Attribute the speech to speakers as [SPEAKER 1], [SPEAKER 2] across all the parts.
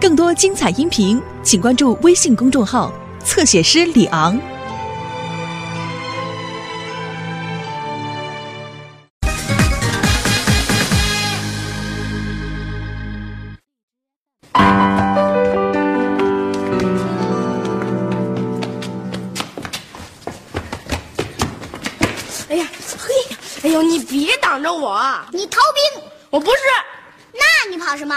[SPEAKER 1] 更多精彩音频，请关注微信公众号“侧写师李昂
[SPEAKER 2] 哎呀，嘿，哎呦，你别挡着我啊，
[SPEAKER 3] 你逃兵，
[SPEAKER 2] 我不是，
[SPEAKER 3] 那你跑什么？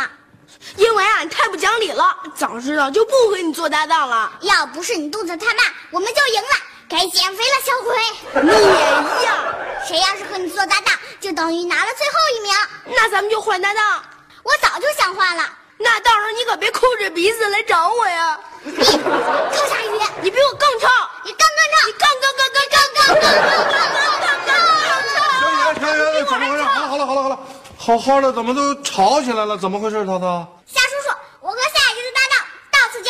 [SPEAKER 2] 因为啊，你太不讲理了，早知道就不和你做搭档了。
[SPEAKER 3] 要不是你肚子太大，我们就赢了。该减肥了，小鬼。
[SPEAKER 2] 你也一样，
[SPEAKER 3] 谁要是和你做搭档，就等于拿了最后一名。
[SPEAKER 2] 那咱们就换搭档，
[SPEAKER 3] 我早就想换了。
[SPEAKER 2] 那到时候你可别抠着鼻子来找我呀，
[SPEAKER 3] 你臭傻鱼，
[SPEAKER 2] 你比我更臭，
[SPEAKER 3] 你更
[SPEAKER 2] 你
[SPEAKER 3] 更
[SPEAKER 2] 更更更更更更更更更
[SPEAKER 4] 行行行行，怎么回事？好了好了好了好了，好好的怎么都吵起来了？怎么回事，涛涛？
[SPEAKER 3] 臭！夏叔叔，我跟夏雨的搭档到此结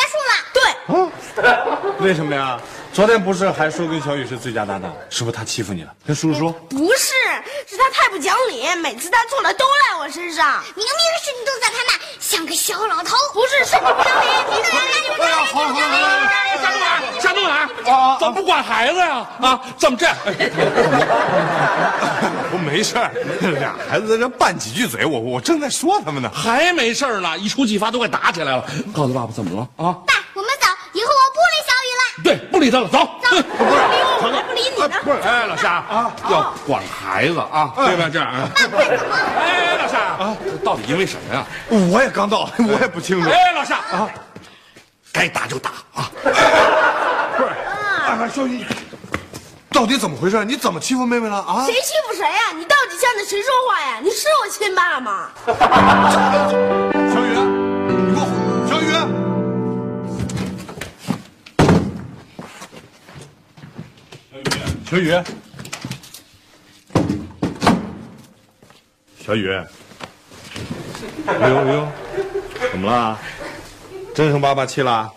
[SPEAKER 3] 束了。
[SPEAKER 2] 对，
[SPEAKER 4] 为什么呀？昨天不是还说跟小雨是最佳搭档，是不是他欺负你了？跟叔叔说。
[SPEAKER 2] 不是，是他太不讲理，每次他错了都赖我身上，
[SPEAKER 3] 明明是你肚子太大，像个小老头。
[SPEAKER 2] 不是是你不讲理，你不讲理，你不
[SPEAKER 4] 哎
[SPEAKER 2] 讲
[SPEAKER 4] 呀，
[SPEAKER 2] 理，
[SPEAKER 4] 好了好了好了，
[SPEAKER 5] 夏东海，夏东海，
[SPEAKER 4] 啊啊
[SPEAKER 5] 怎么不管孩子呀？啊，怎么这？
[SPEAKER 4] 我没事儿，俩孩子在这拌几句嘴，我我正在说他们呢。
[SPEAKER 5] 还没事儿呢，一触即发都快打起来了。告诉爸爸怎么了啊？
[SPEAKER 3] 爸，我们走，以后我不理小雨了。
[SPEAKER 5] 对，不理他了，走。对
[SPEAKER 2] 不理我，我还不理你呢。
[SPEAKER 5] 不是，哎，老夏啊，要管孩子啊，对吧？这样啊。哎，老夏啊，到底因为什么呀？
[SPEAKER 4] 我也刚到，我也不清楚。
[SPEAKER 5] 哎，老夏啊，该打就打啊。
[SPEAKER 4] 哎，小雨，到底怎么回事？你怎么欺负妹妹了啊？
[SPEAKER 2] 谁欺负谁呀、你到底向着谁说话呀？你是我亲爸吗？
[SPEAKER 4] 小雨，你给我回！小雨，
[SPEAKER 6] 小雨，小雨，哎呦哎呦，怎么了？
[SPEAKER 4] 真生爸爸气了？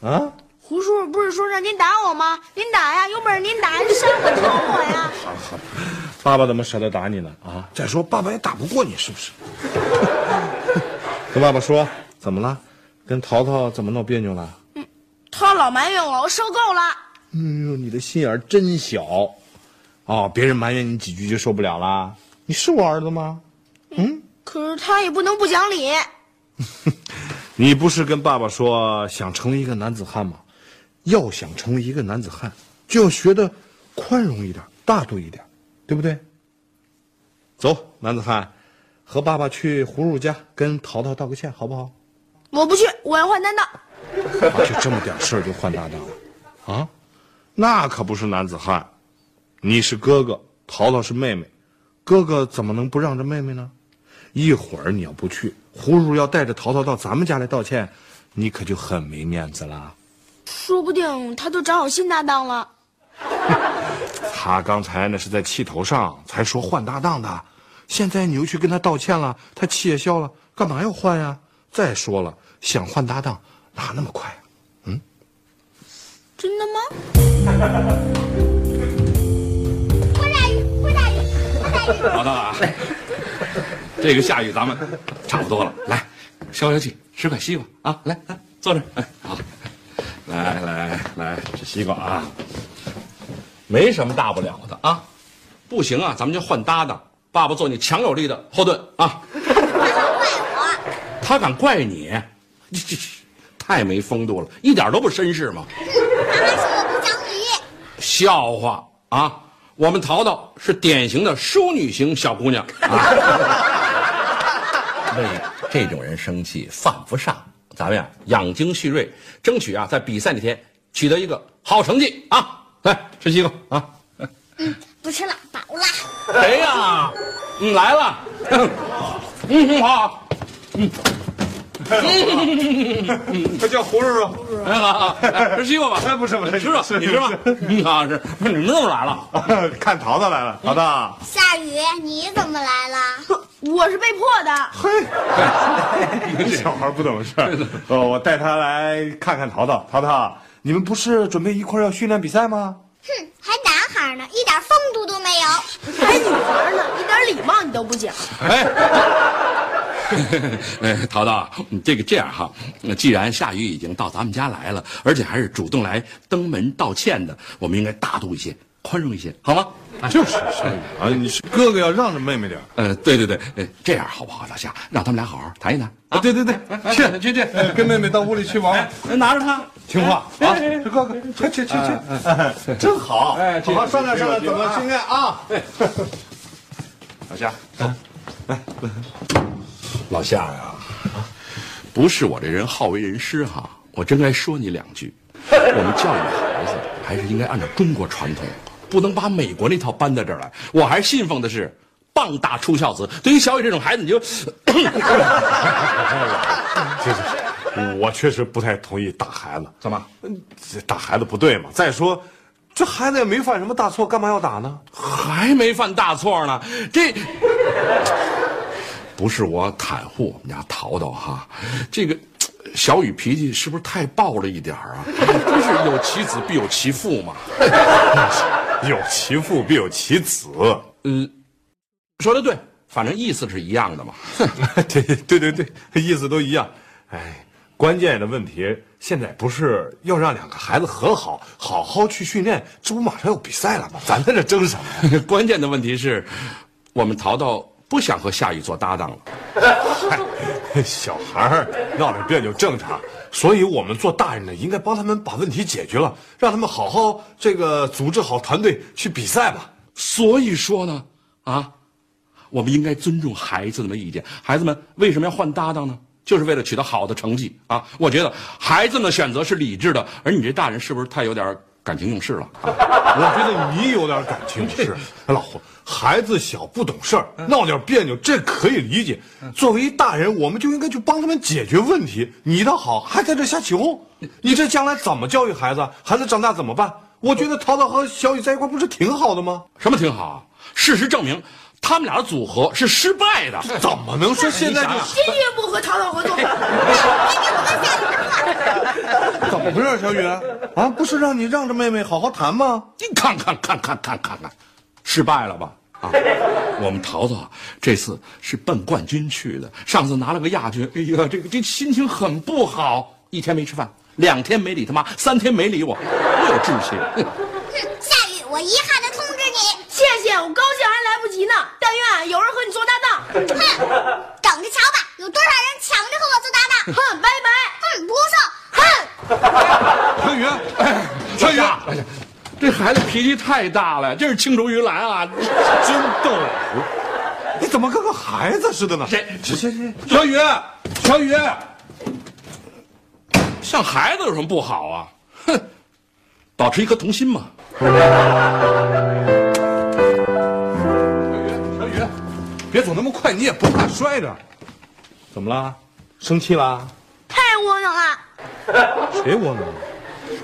[SPEAKER 4] 啊？
[SPEAKER 2] 胡叔叔不是说让您打我吗？您打呀，有本事您打，您扇我抽我呀！
[SPEAKER 6] 爸爸怎么舍得打你呢？啊，
[SPEAKER 4] 再说爸爸也打不过你，是不是？
[SPEAKER 6] 跟爸爸说，怎么了？跟淘淘怎么闹别扭了？
[SPEAKER 2] 他老埋怨我，我受够了。
[SPEAKER 6] 哎呦，你的心眼儿真小，哦，别人埋怨你几句就受不了啦？你是我儿子吗？
[SPEAKER 2] 可是他也不能不讲理。
[SPEAKER 6] 你不是跟爸爸说想成为一个男子汉吗？要想成为一个男子汉，就要学得宽容一点、大度一点，对不对？走，男子汉，和爸爸去葫芦家跟淘淘道个歉，好不好？
[SPEAKER 2] 我不去，我要换担当。
[SPEAKER 6] 啊就这么点事儿就换搭档了，啊？那可不是男子汉，你是哥哥，淘淘是妹妹，哥哥怎么能不让着妹妹呢？一会儿你要不去，葫芦要带着淘淘到咱们家来道歉，你可就很没面子啦。
[SPEAKER 2] 说不定他都找好新搭档了。
[SPEAKER 6] 他刚才那是在气头上才说换搭档的，现在你又去跟他道歉了，他气也消了，干嘛要换呀？再说了，想换搭档哪那么快、啊？
[SPEAKER 2] 真的吗？
[SPEAKER 3] 郭大鱼，郭大鱼，郭大鱼，
[SPEAKER 5] 老大啊，这个下雨咱们差不多了，来消消气，吃块西瓜啊，来来坐这儿，哎好，来来来吃西瓜啊，没什么大不了的啊，不行啊，咱们就换搭档，爸爸做你强有力的后盾啊，
[SPEAKER 3] 怪我。
[SPEAKER 5] 他敢怪你，这这太没风度了，一点都不绅士嘛，
[SPEAKER 3] 妈妈说我不讲理。
[SPEAKER 5] 笑话啊！我们淘淘是典型的淑女型小姑娘啊， 为这种人生气犯不上。咱们呀，养精蓄锐，争取啊，在比赛那天取得一个好成绩啊！来吃西瓜啊！
[SPEAKER 3] 嗯不吃了，饱了。
[SPEAKER 5] 谁哎呀？嗯，来 了。嗯嗯，好，
[SPEAKER 4] 他叫胡叔 叔。
[SPEAKER 5] 哎好好，哎吃西 瓜吧。
[SPEAKER 4] 哎不是不是
[SPEAKER 5] 吃吧，
[SPEAKER 4] 是
[SPEAKER 5] 你吃吧。嗯啊，是，不是你们怎么来了？
[SPEAKER 4] 看淘淘来了，淘淘，
[SPEAKER 3] 夏雨，你怎么来了？
[SPEAKER 2] 我是被迫的。
[SPEAKER 4] 小孩不懂事儿。呃，我带他来看看淘淘，淘淘，你们不是准备一块儿要训练比赛吗？
[SPEAKER 3] 哼，还男孩呢，一点风度都没有。
[SPEAKER 2] 还女孩呢，一点礼貌你都不讲。
[SPEAKER 5] 哎， 哎，淘淘，你这个这样哈，那既然夏雨已经到咱们家来了，而且还是主动来登门道歉的，我们应该大度一些，宽容一些，好吗？哎
[SPEAKER 6] 就是少宇啊，你是哥哥要让着妹妹点儿
[SPEAKER 5] 呃，对对对，呃，这样好不好，老夏？让他们俩好好谈一谈啊！
[SPEAKER 6] 啊，对对对，去
[SPEAKER 5] 去去，
[SPEAKER 6] 哎跟妹妹到屋里去玩玩，
[SPEAKER 5] 拿着它，
[SPEAKER 6] 听话啊，是哥哥，去去去去，哎真好，
[SPEAKER 5] 哎
[SPEAKER 6] 好好商量商量怎么现在啊。
[SPEAKER 5] 老夏，走。老夏呀、不是我这人好为人师哈，我真该说你两句。我们教育孩子还是应该按照中国传统，不能把美国那套搬到这儿来。我还信奉的是棒打出孝子。对于小雨这种 孩子，你就
[SPEAKER 4] 我确实不太同意打孩子，
[SPEAKER 5] 怎么？
[SPEAKER 4] 嗯这打孩子不对嘛。再说，这孩子也没犯什么大错，干嘛要打呢？
[SPEAKER 5] 还没犯大错呢，这不是我袒护我们家淘淘哈，这个小雨脾气是不是太暴了一点儿 啊？真是有其子必有其父嘛。
[SPEAKER 4] 有其父必有其子，
[SPEAKER 5] 嗯说的对，反正意思是一样的嘛。
[SPEAKER 4] 对对对对，意思都一样。哎，关键的问题现在不是要让两个孩子和好，好好去训练，这不马上要比赛了吗？咱在这争什么呀？
[SPEAKER 5] 关键的问题是，我们淘淘不想和夏雨做搭档了。
[SPEAKER 4] 小孩儿闹点别扭正常，所以我们做大人的应该帮他们把问题解决了，让他们好好这个组织好团队去比赛吧。
[SPEAKER 5] 所以说呢，啊，我们应该尊重孩子们的意见。孩子们为什么要换搭档呢？就是为了取得好的成绩啊！我觉得孩子们的选择是理智的，而你这大人是不是太有点感情用事了？啊
[SPEAKER 4] 我觉得你有点感 情不是，老胡，孩子小不懂事儿，闹点别扭，这可以理解。作为大人，我们就应该去帮他们解决问题。你倒好，还在这瞎起哄，你这将来怎么教育孩子？孩子长大怎么办？我觉得淘淘和小雨在一块儿不是挺好的吗？
[SPEAKER 5] 什么挺好？啊事实证明，他们俩的组合是失败的。
[SPEAKER 4] 怎么能说现在就
[SPEAKER 2] 坚决不和淘淘合作。
[SPEAKER 4] 怎么回事？小雨啊，不是让你让着妹妹好好谈吗？
[SPEAKER 5] 你看看看看看看看，失败了吧？啊，我们淘淘这次是奔冠军去的，上次拿了个亚军，哎呀，这个这心情很不好，一天没吃饭，两天没理他妈，三天没理我，没有志气。
[SPEAKER 3] 哼，夏雨，我遗憾的通知你，
[SPEAKER 2] 谢谢，我高兴还来不及呢。但愿有人和你做搭档。
[SPEAKER 3] 哼，等着瞧吧，有多少人抢着和我做搭档？
[SPEAKER 2] 哼，拜拜。
[SPEAKER 3] 哼，不送，哼。
[SPEAKER 6] 小雨，
[SPEAKER 5] 小雨，哎呀，这孩子脾气太大了，真是青出于蓝啊！
[SPEAKER 4] 真逗，你怎么跟个孩子似的呢？
[SPEAKER 5] 这
[SPEAKER 4] 这这这
[SPEAKER 6] 小雨，小雨，
[SPEAKER 5] 像孩子有什么不好啊？哼，保持一颗童心嘛。
[SPEAKER 6] 小雨，别走那么快，你也不怕摔着？
[SPEAKER 4] 怎么啦？生气啦？
[SPEAKER 2] 太窝囊了，
[SPEAKER 4] 谁窝囊？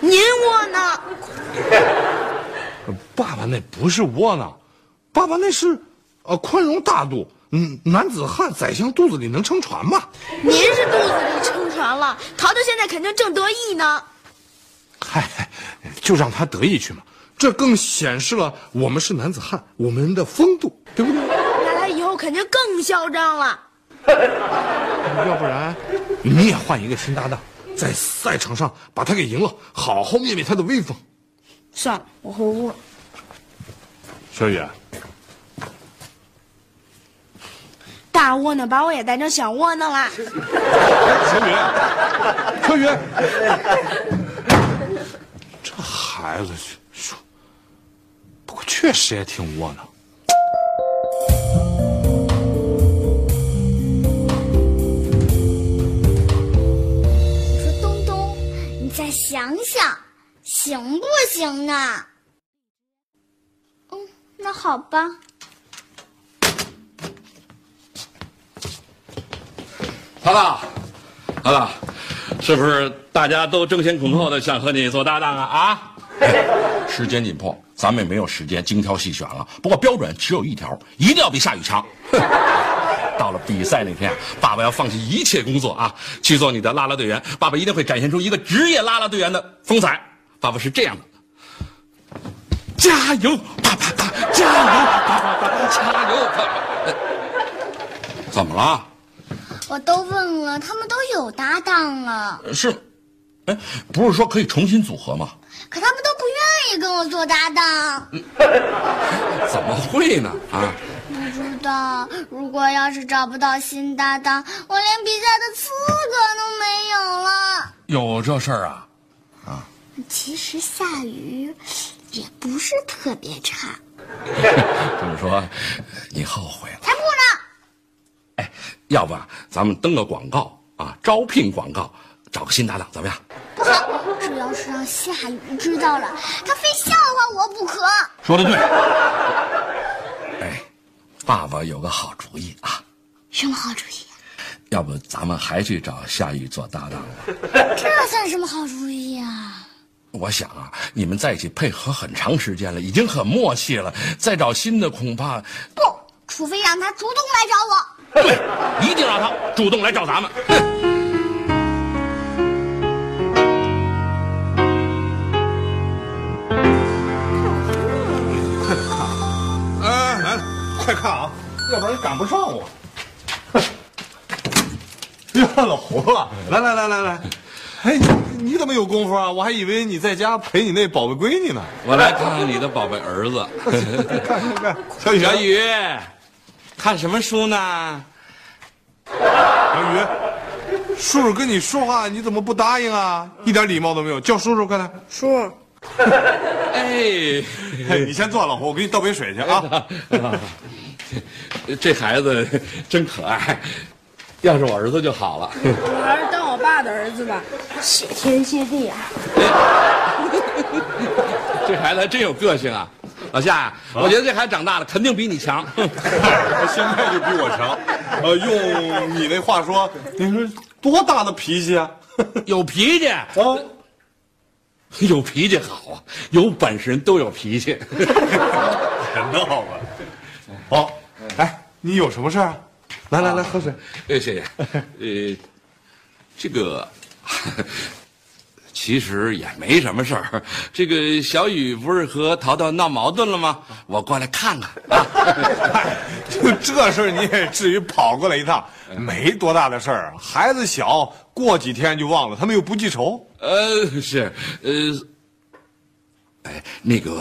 [SPEAKER 2] 您窝囊。
[SPEAKER 6] 爸爸那不是窝囊，爸爸那是，呃，宽容大度。嗯，男子汉宰相肚子里能撑船吗？
[SPEAKER 2] 您是肚子里撑船了，淘淘现在肯定正得意呢。
[SPEAKER 6] 嗨，就让他得意去嘛，这更显示了我们是男子汉，我们的风度，对不对？
[SPEAKER 2] 那他以后肯定更嚣张了。
[SPEAKER 6] 要不然，你也换一个新搭档，在赛场上把他给赢了，好好灭灭他的威风。
[SPEAKER 2] 算了，我回屋了。
[SPEAKER 4] 小雨，
[SPEAKER 2] 大窝囊把我也带成小窝囊啦。
[SPEAKER 6] 小雨，
[SPEAKER 4] 孩子说，不过确实也挺窝囊。
[SPEAKER 3] 我说东东，你再想想，行不行呢？嗯，那好吧。
[SPEAKER 5] 淘淘，淘淘，是不是大家都争先恐后的想和你做搭档啊？啊！时间紧迫，咱们也没有时间精挑细选了。不过标准只有一条，一定要比夏雨强。哼 到了比赛那天啊，爸爸要放弃一切工作啊，去做你的啦啦队员。爸爸一定会展现出一个职业啦啦队员的风采。爸爸是这样的，加油，爸爸爸，加油，爸爸爸，加油，爸爸。呃怎么了？
[SPEAKER 3] 我都问了，他们都有搭档了，
[SPEAKER 5] 是，哎，不是说可以重新组合吗？
[SPEAKER 3] 可他们都不愿意跟我做搭档。
[SPEAKER 5] 怎么会呢？啊，
[SPEAKER 3] 不知道，如果要是找不到新搭档，我连比赛的资格都没有了。
[SPEAKER 5] 有这事儿啊？
[SPEAKER 3] 其实下雨也不是特别差，
[SPEAKER 5] 就是说，你后悔了？
[SPEAKER 3] 才不呢！
[SPEAKER 5] 哎，要不啊，咱们登个广告啊，招聘广告，找个新搭档怎么样？
[SPEAKER 3] 不好，这要是让夏雨知道了，他非笑话我不可。
[SPEAKER 5] 说的对。 哎，爸爸有个好主意啊，
[SPEAKER 3] 什么好主意、啊？
[SPEAKER 5] 要不咱们还去找夏雨做搭档吧？
[SPEAKER 3] 这算什么好主意啊？
[SPEAKER 5] 我想啊，你们在一起配合很长时间了，已经很默契了，再找新的恐怕
[SPEAKER 3] 不，除非让他主动来找我。
[SPEAKER 5] 对，一定让他主动来找咱们。
[SPEAKER 4] 哎，来了，快看啊，要不然你赶不上我。哎呀，老胡啊，来来来来来，哎，你你怎么有功夫啊？我还以为你在家陪你那宝贝闺女呢。
[SPEAKER 5] 我来看看你的宝贝儿子，
[SPEAKER 4] 看看看，小雨，
[SPEAKER 5] 小，雨，看什么书呢？
[SPEAKER 4] 小雨，叔叔跟你说话，你怎么不答应啊？一点礼貌都没有，叫叔叔快 来。
[SPEAKER 2] 叔，
[SPEAKER 5] 哎，
[SPEAKER 4] 哎你先坐，老胡，我给你倒杯水去 啊。
[SPEAKER 5] 这孩子真可爱，要是我儿子就好了。
[SPEAKER 2] 我还是当我爸的儿子吧，谢天谢地啊！
[SPEAKER 5] 这孩子还真有个性啊！老夏啊，我觉得这孩子长大了肯定比你强。
[SPEAKER 4] 哎现在就比我强，呃，用你那话说，你说多大的脾气啊？
[SPEAKER 5] 有脾气，
[SPEAKER 4] 啊，
[SPEAKER 5] 有脾气好啊！有本事人都有脾气。
[SPEAKER 4] 很闹吧？好，哎，你有什么事儿啊？来来来，喝水。
[SPEAKER 5] 哎，谢谢。呃，这个其实也没什么事儿。这个小雨不是和淘淘闹矛盾了吗？我过来看看啊。
[SPEAKER 4] 就哎这事儿你也至于跑过来一趟？没多大的事儿，啊孩子小，过几天就忘了，他们又不记仇。
[SPEAKER 5] 呃，是，呃，哎，那个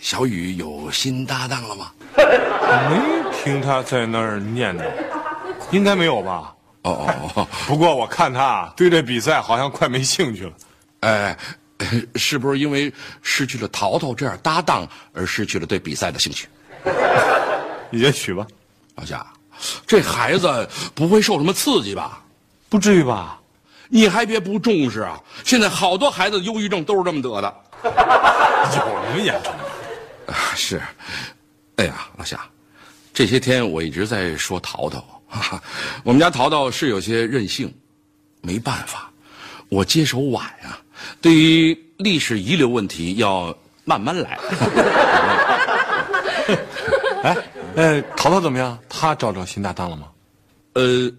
[SPEAKER 5] 小雨有新搭档了吗？
[SPEAKER 4] 没听他在那儿念叨，应该没有吧？
[SPEAKER 5] 哦哦哦，
[SPEAKER 4] 不过我看他啊对这比赛好像快没兴趣了。
[SPEAKER 5] 哎，是不是因为失去了淘淘这样搭档而失去了对比赛的兴趣？
[SPEAKER 4] 也许吧，
[SPEAKER 5] 老夏，这孩子不会受什么刺激吧？
[SPEAKER 4] 不至于吧？
[SPEAKER 5] 你还别不重视啊！现在好多孩子忧郁症都是这么得的。
[SPEAKER 4] 有那么严重？
[SPEAKER 5] 啊，是。哎呀，老夏，这些天我一直在说淘淘， 哈哈我们家淘淘是有些任性，没办法，我接手晚啊，对于历史遗留问题要慢慢来。
[SPEAKER 4] 哎，呃，淘淘怎么样？他找着新搭档了吗？
[SPEAKER 5] 呃，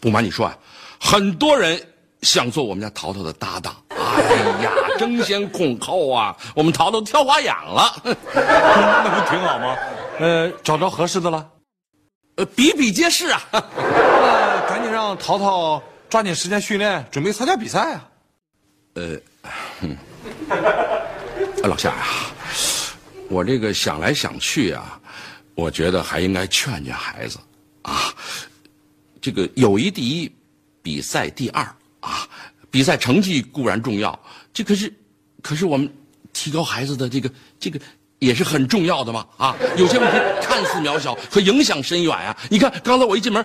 [SPEAKER 5] 不瞒你说啊，很多人想做我们家淘淘的搭档。哎呀，争先恐后啊，我们淘淘挑花眼了，
[SPEAKER 4] 那不挺好吗？呃，找着合适的了，
[SPEAKER 5] 呃比比皆是啊。
[SPEAKER 4] 那赶紧让淘淘抓紧时间训练，准备参加比赛啊！
[SPEAKER 5] 哎老夏呀、我这个想来想去啊，我觉得还应该劝劝孩子啊。这个友谊第一，比赛第二啊。比赛成绩固然重要，这可是，可是我们提高孩子的这个这个也是很重要的嘛啊。有些问题看似渺小，可影响深远啊。你看刚才我一进门，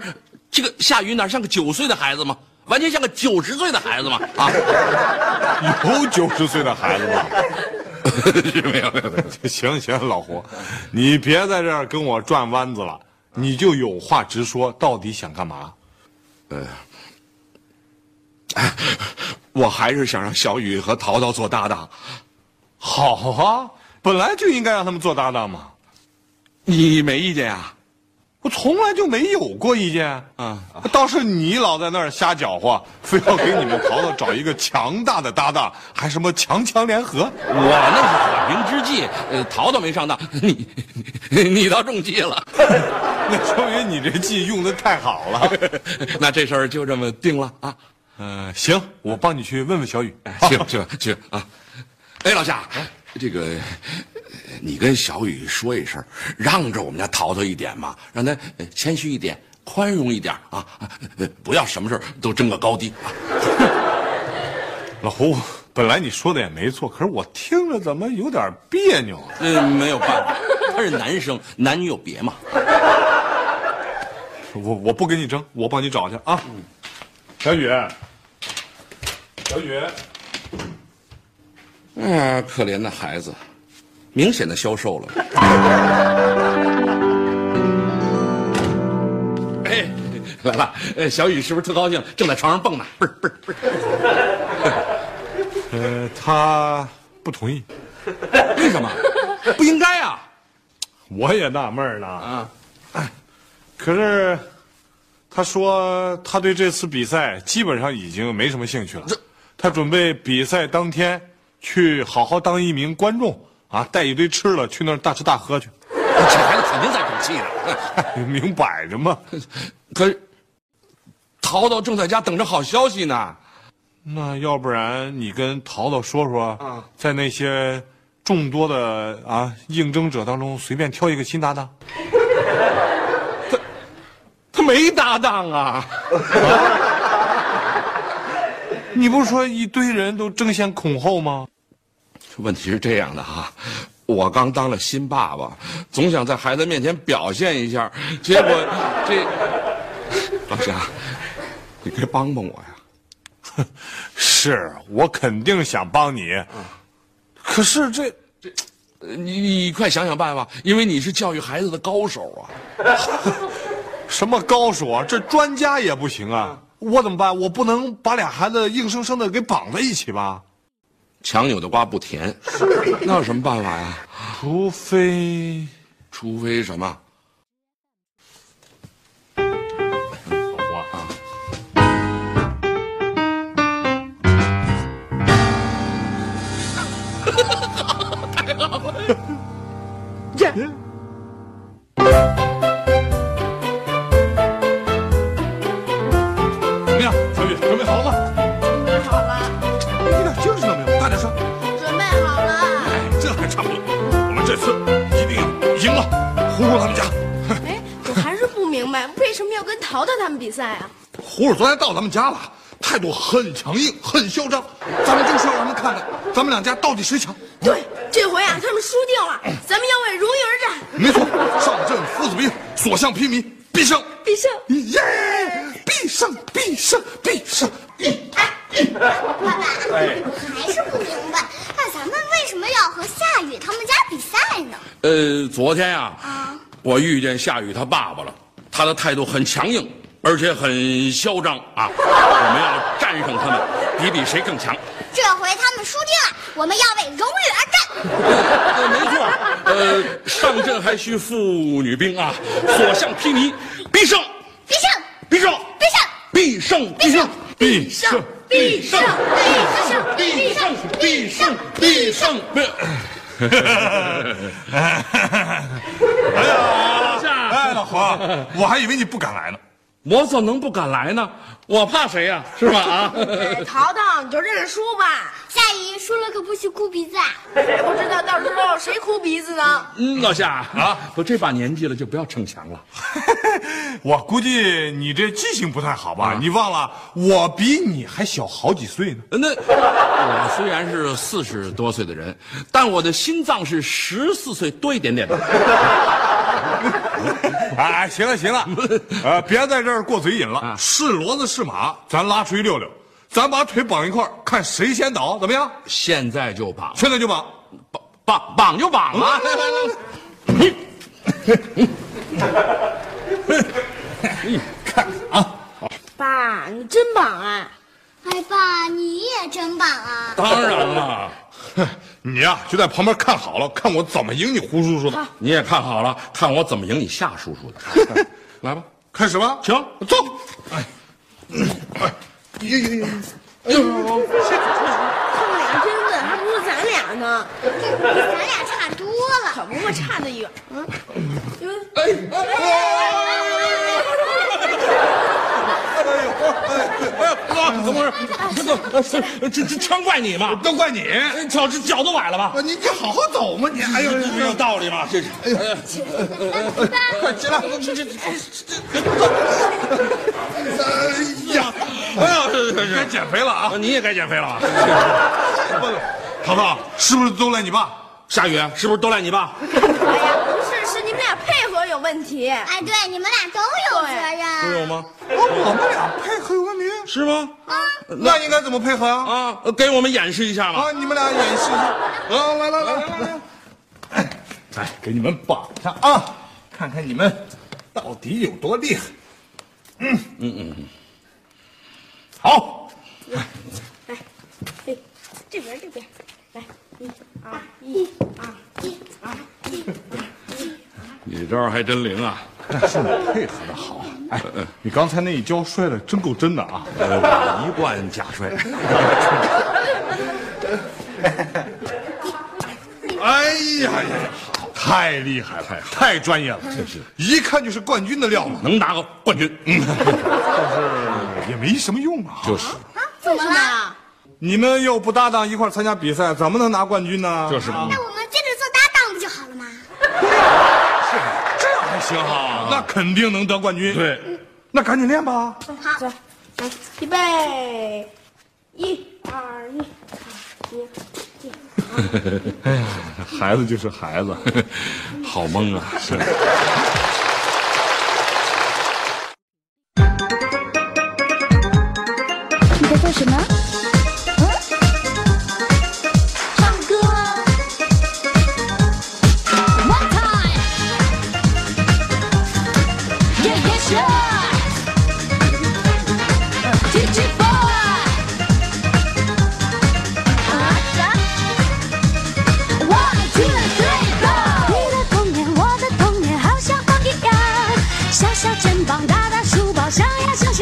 [SPEAKER 5] 这个夏雨哪像个九岁的孩子嘛，完全像个九十岁的孩子嘛啊。
[SPEAKER 4] 有九十岁的孩子吗？
[SPEAKER 5] 是没有没有没有。
[SPEAKER 4] 行行，老胡，你别在这儿跟我转弯子了，你就有话直说，到底想干嘛？呃哎
[SPEAKER 5] 我还是想让小雨和淘淘做搭档。
[SPEAKER 4] 好啊，本来就应该让他们做搭档嘛。
[SPEAKER 5] 你没意见啊？
[SPEAKER 4] 我从来就没有过意见啊，倒是你老在那儿瞎搅和，非要给你们淘淘找一个强大的搭档，还什么强强联合。
[SPEAKER 5] 我那是缓兵之计，呃，淘淘没上当， 你你你倒中计了。
[SPEAKER 4] 那说明你这计用的太好 了。
[SPEAKER 5] 那这事儿就这么定了啊？哎
[SPEAKER 4] 嗯、行，我帮你去问问小雨。
[SPEAKER 6] 哎
[SPEAKER 5] 去吧去吧去吧啊！哎，老夏，这个呃你跟小雨说一声，让着我们家淘淘一点嘛，让他呃谦虚一点，宽容一点啊，啊呃不要什么事儿都争个高低啊。
[SPEAKER 4] 老胡，本来你说的也没错，可是我听着怎么有点别扭啊？
[SPEAKER 5] 这嗯没有办法，他是男生，男女有别嘛。
[SPEAKER 4] 我我不跟你争，我帮你找去啊。
[SPEAKER 6] 嗯小雨，
[SPEAKER 4] 小雨，
[SPEAKER 5] 啊，可怜的孩子，明显的消瘦了。 哎，来了，哎，小雨是不是特高兴？正在床上蹦呢，不是不是不是，
[SPEAKER 4] 呃，他不同意，
[SPEAKER 5] 为 什么？不应该啊！
[SPEAKER 4] 我也纳闷呢。哎
[SPEAKER 5] 啊，
[SPEAKER 4] 可是他说他对这次比赛基本上已经没什么兴趣了，他准备比赛当天去好好当一名观众啊，带一堆吃的去那儿大吃大喝去， 哎
[SPEAKER 5] 这孩子肯定在赌气呢。
[SPEAKER 4] 明摆着嘛。
[SPEAKER 5] 可是，淘淘正在家等着好消息呢。
[SPEAKER 4] 那要不然你跟淘淘说说，在那些众多的啊应征者当中随便挑一个新搭档。
[SPEAKER 5] 他没搭档啊！
[SPEAKER 4] 你不是说一堆人都争先恐后吗？
[SPEAKER 5] 问题是这样的哈、我刚当了新爸爸，总想在孩子面前表现一下，结果这老夏，你该帮帮我呀！
[SPEAKER 4] 是我肯定想帮你，可是这。
[SPEAKER 5] 呃你你快想想办法，因为你是教育孩子的高手啊！
[SPEAKER 4] 什么高手啊？这专家也不行啊！我怎么办？我不能把俩孩子硬生生的给绑在一起吧？
[SPEAKER 5] 强扭的瓜不甜， 那有什么办法呀？
[SPEAKER 4] 除非……
[SPEAKER 5] 除非什么？
[SPEAKER 4] 我啊，怎么样，小雨准备好了吗？
[SPEAKER 2] 准备好了，
[SPEAKER 4] 一点精神都没有，大点声！
[SPEAKER 2] 准备好了。啊
[SPEAKER 4] 哎，这还差不多。我们这次一定要赢了，糊糊他们家。
[SPEAKER 2] 哎，我还是不明白，为什么要跟淘淘他们比赛啊？
[SPEAKER 4] 胡儿昨天到咱们家了，态度很强硬，很嚣张。咱们就是要让他们看看，咱们两家到底谁强。
[SPEAKER 2] 对，这回啊，他们输定了，咱们要为荣誉而战，
[SPEAKER 4] 没错，上阵父子兵，所向披靡，必胜！
[SPEAKER 2] 必胜！
[SPEAKER 4] 耶！必胜！必胜！必胜！
[SPEAKER 3] 爸爸，
[SPEAKER 2] 哎
[SPEAKER 3] 我还是不明白，那咱们为什么要和夏雨他们家比赛呢？
[SPEAKER 5] 呃，昨天呀、我遇见夏雨他爸爸了，他的态度很强硬，而且很嚣张啊！我们要战胜他们，比比谁更强。
[SPEAKER 3] 这回他们输定了，我们要为荣誉而战。
[SPEAKER 5] 呃，没错，呃，上阵还需妇女兵啊，所向披靡，必胜，
[SPEAKER 3] 必胜！
[SPEAKER 5] 必胜，
[SPEAKER 3] 必胜！
[SPEAKER 5] 必胜，必胜，必胜，必胜，必胜，必胜，必胜，必胜！
[SPEAKER 4] 哎呀，
[SPEAKER 5] 夏
[SPEAKER 4] 哎，老黄，我还以为你不敢来呢。
[SPEAKER 5] 啊 我怎么能不敢来呢？我怕谁呀、是吧？啊，
[SPEAKER 2] 哎，淘淘，你就认输吧，
[SPEAKER 3] 夏雨输了可不许哭鼻子啊！
[SPEAKER 2] 不知道到时候谁哭鼻子呢？
[SPEAKER 5] 嗯，老夏啊，我这把年纪了，就不要逞强了。
[SPEAKER 4] 我估计你这记性不太好吧？你忘了我比你还小好几岁呢。
[SPEAKER 5] 那我虽然是四十多岁的人，但我的心脏是十四岁多一点点的。
[SPEAKER 4] 哎，行了行了， 啊呃，别在这儿过嘴瘾了。是骡子是马，咱拉出去溜溜，咱把腿绑一块儿，看谁先倒，怎么样？
[SPEAKER 5] 现在就绑，
[SPEAKER 4] 现在就绑。
[SPEAKER 5] 绑绑绑就绑啊！来来来来。
[SPEAKER 2] 爸，你真棒啊！
[SPEAKER 3] 哎，爸，你也真棒啊！
[SPEAKER 5] 当然 了，
[SPEAKER 4] 你呀、就在旁边看好了，看我怎么赢你胡叔叔的。
[SPEAKER 5] 你也看好了，看我怎么赢你夏叔叔的。来吧，
[SPEAKER 4] 开始吧，
[SPEAKER 5] 行，
[SPEAKER 4] 走。
[SPEAKER 2] 他们俩真笨，还不如咱俩呢，
[SPEAKER 3] 咱俩差多 了。
[SPEAKER 2] 可不嘛，差得远。嗯，
[SPEAKER 5] 哎哥，怎么回事？这呃这全怪你嘛，哎
[SPEAKER 4] 都怪你，
[SPEAKER 5] 脚这脚都崴了吧？
[SPEAKER 4] 你你好好走嘛，你哎呦，
[SPEAKER 5] 没有道理嘛，这是。哎呀，快起来！这这这
[SPEAKER 4] 哎
[SPEAKER 5] 这呀！哎呀，
[SPEAKER 4] 该减肥了啊！
[SPEAKER 5] 你也该减肥了啊！
[SPEAKER 4] 哎淘淘，是不是都赖你爸？
[SPEAKER 5] 夏雨，是不是都赖你爸？
[SPEAKER 2] 哎呀，不是，是你们俩配合有问题。
[SPEAKER 3] 哎，对，你们俩都有责
[SPEAKER 5] 都
[SPEAKER 3] 任。
[SPEAKER 5] 有吗？
[SPEAKER 4] 哦我们俩配合有问题，
[SPEAKER 5] 是吗？
[SPEAKER 3] 嗯
[SPEAKER 4] 那应该怎么配合啊？
[SPEAKER 5] 啊，给我们演示一下嘛！
[SPEAKER 4] 啊，你们俩演戏去，啊，来来来来来，哎
[SPEAKER 5] 来，给你们绑
[SPEAKER 4] 看啊，看看你们到底有多厉害。嗯嗯嗯，好。
[SPEAKER 2] 哎，这边这边，
[SPEAKER 5] 你这招还真灵啊！
[SPEAKER 4] 哎是你配合的好。哎，你刚才那一跤摔的真够真的啊！
[SPEAKER 5] 呃我一贯假摔。
[SPEAKER 4] 哎呀呀，太厉害了，太太专业了，真是，一看就是冠军的料了，
[SPEAKER 5] 能拿个冠军。嗯，
[SPEAKER 4] 也没什么用啊。
[SPEAKER 5] 就是
[SPEAKER 2] 怎么了？
[SPEAKER 4] 你们又不搭档一块儿参加比赛，怎么能拿冠军呢？
[SPEAKER 5] 就是嘛，
[SPEAKER 3] 那我们接着做搭档不就好了吗？
[SPEAKER 4] 这样还行哈，那肯定能得冠军。，
[SPEAKER 5] 对，
[SPEAKER 4] 那赶紧练吧。
[SPEAKER 3] 好，
[SPEAKER 2] 来，预备，一二一，一。
[SPEAKER 4] 孩子就是孩子。
[SPEAKER 5] 好懵啊！是。
[SPEAKER 3] 你在做什么？嗯，唱歌啊。One time. Yeah, yeah, sure. Teach it, boy. One, two, three, go.
[SPEAKER 7] 你的童年，我的童年，好像风一样，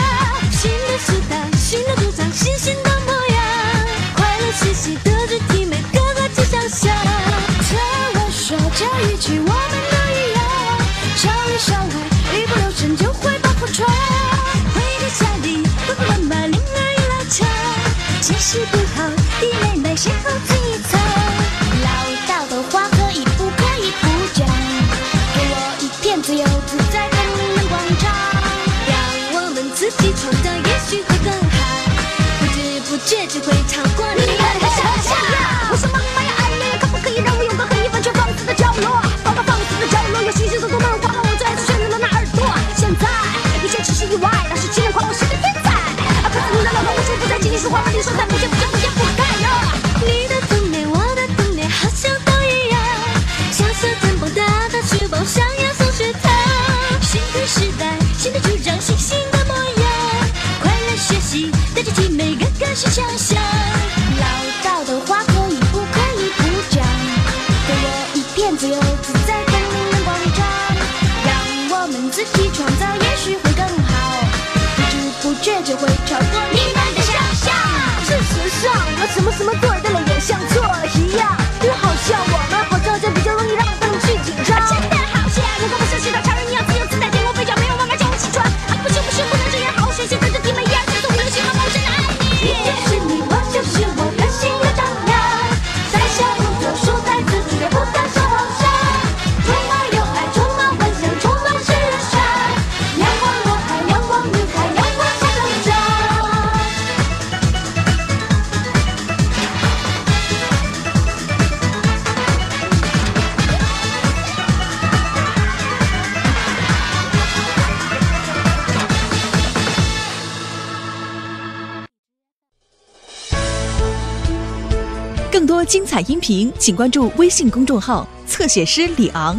[SPEAKER 7] 小小肩膀，大大书包，上呀上学堂。新的时代，新的主张，新新的模样，快乐学习，德智体美，个个志向想。听我说这一句，我们都一样，少里少外，一不留神就会把火闯。回到家里，爸爸妈妈铃儿一拉长，解释不好，弟妹妹谁好自己猜。老道的话可以不可以不讲？给我一片自由自在的人广场，让我们自己创造，也许会更好。不知不觉就会超过你的想象。为什么妈呀哎呀呀，可不可以让我有个可以完全放肆的角落？放到放肆的角落，有新鲜的动漫画和我最爱最炫的那耳朵。现在一切只是意外，老师欺人夸我是个天才。啊，可是你的老公无处不在，仅仅是花花绿说在不见不见不见不该哟。你的童年，我的童年，好像都一样。小小肩膀，大大书包，上呀上学堂。新的时代，新的主张，新新的模样。快乐学习，带着体美，个个是强项。老道的话可以不可以不讲？给我一片自由自在的灵广场，让我们自己创造，也许会更好。不知不觉就会超过你们的想象。事实上，我什么什么对的了，也像错了一样。就好像我们好像就比较容易让愤怒去紧张。
[SPEAKER 3] 真的好险！如果不像是老常人一样自由自在，天空飞翔，没有妈妈叫我起床。啊，不行不行，不能这样，好好学习，跟着弟妹一二三四五六七，妈妈我真的爱你。
[SPEAKER 7] 你就是你，我就是我，个性的张扬，在小路走，树在自己，也不敢受好伤。充满友爱，充满幻想，充满时尚。阳光我爱，阳光女孩，阳光下成长。
[SPEAKER 1] 更多精彩音频，请关注微信公众号“侧写师李昂”。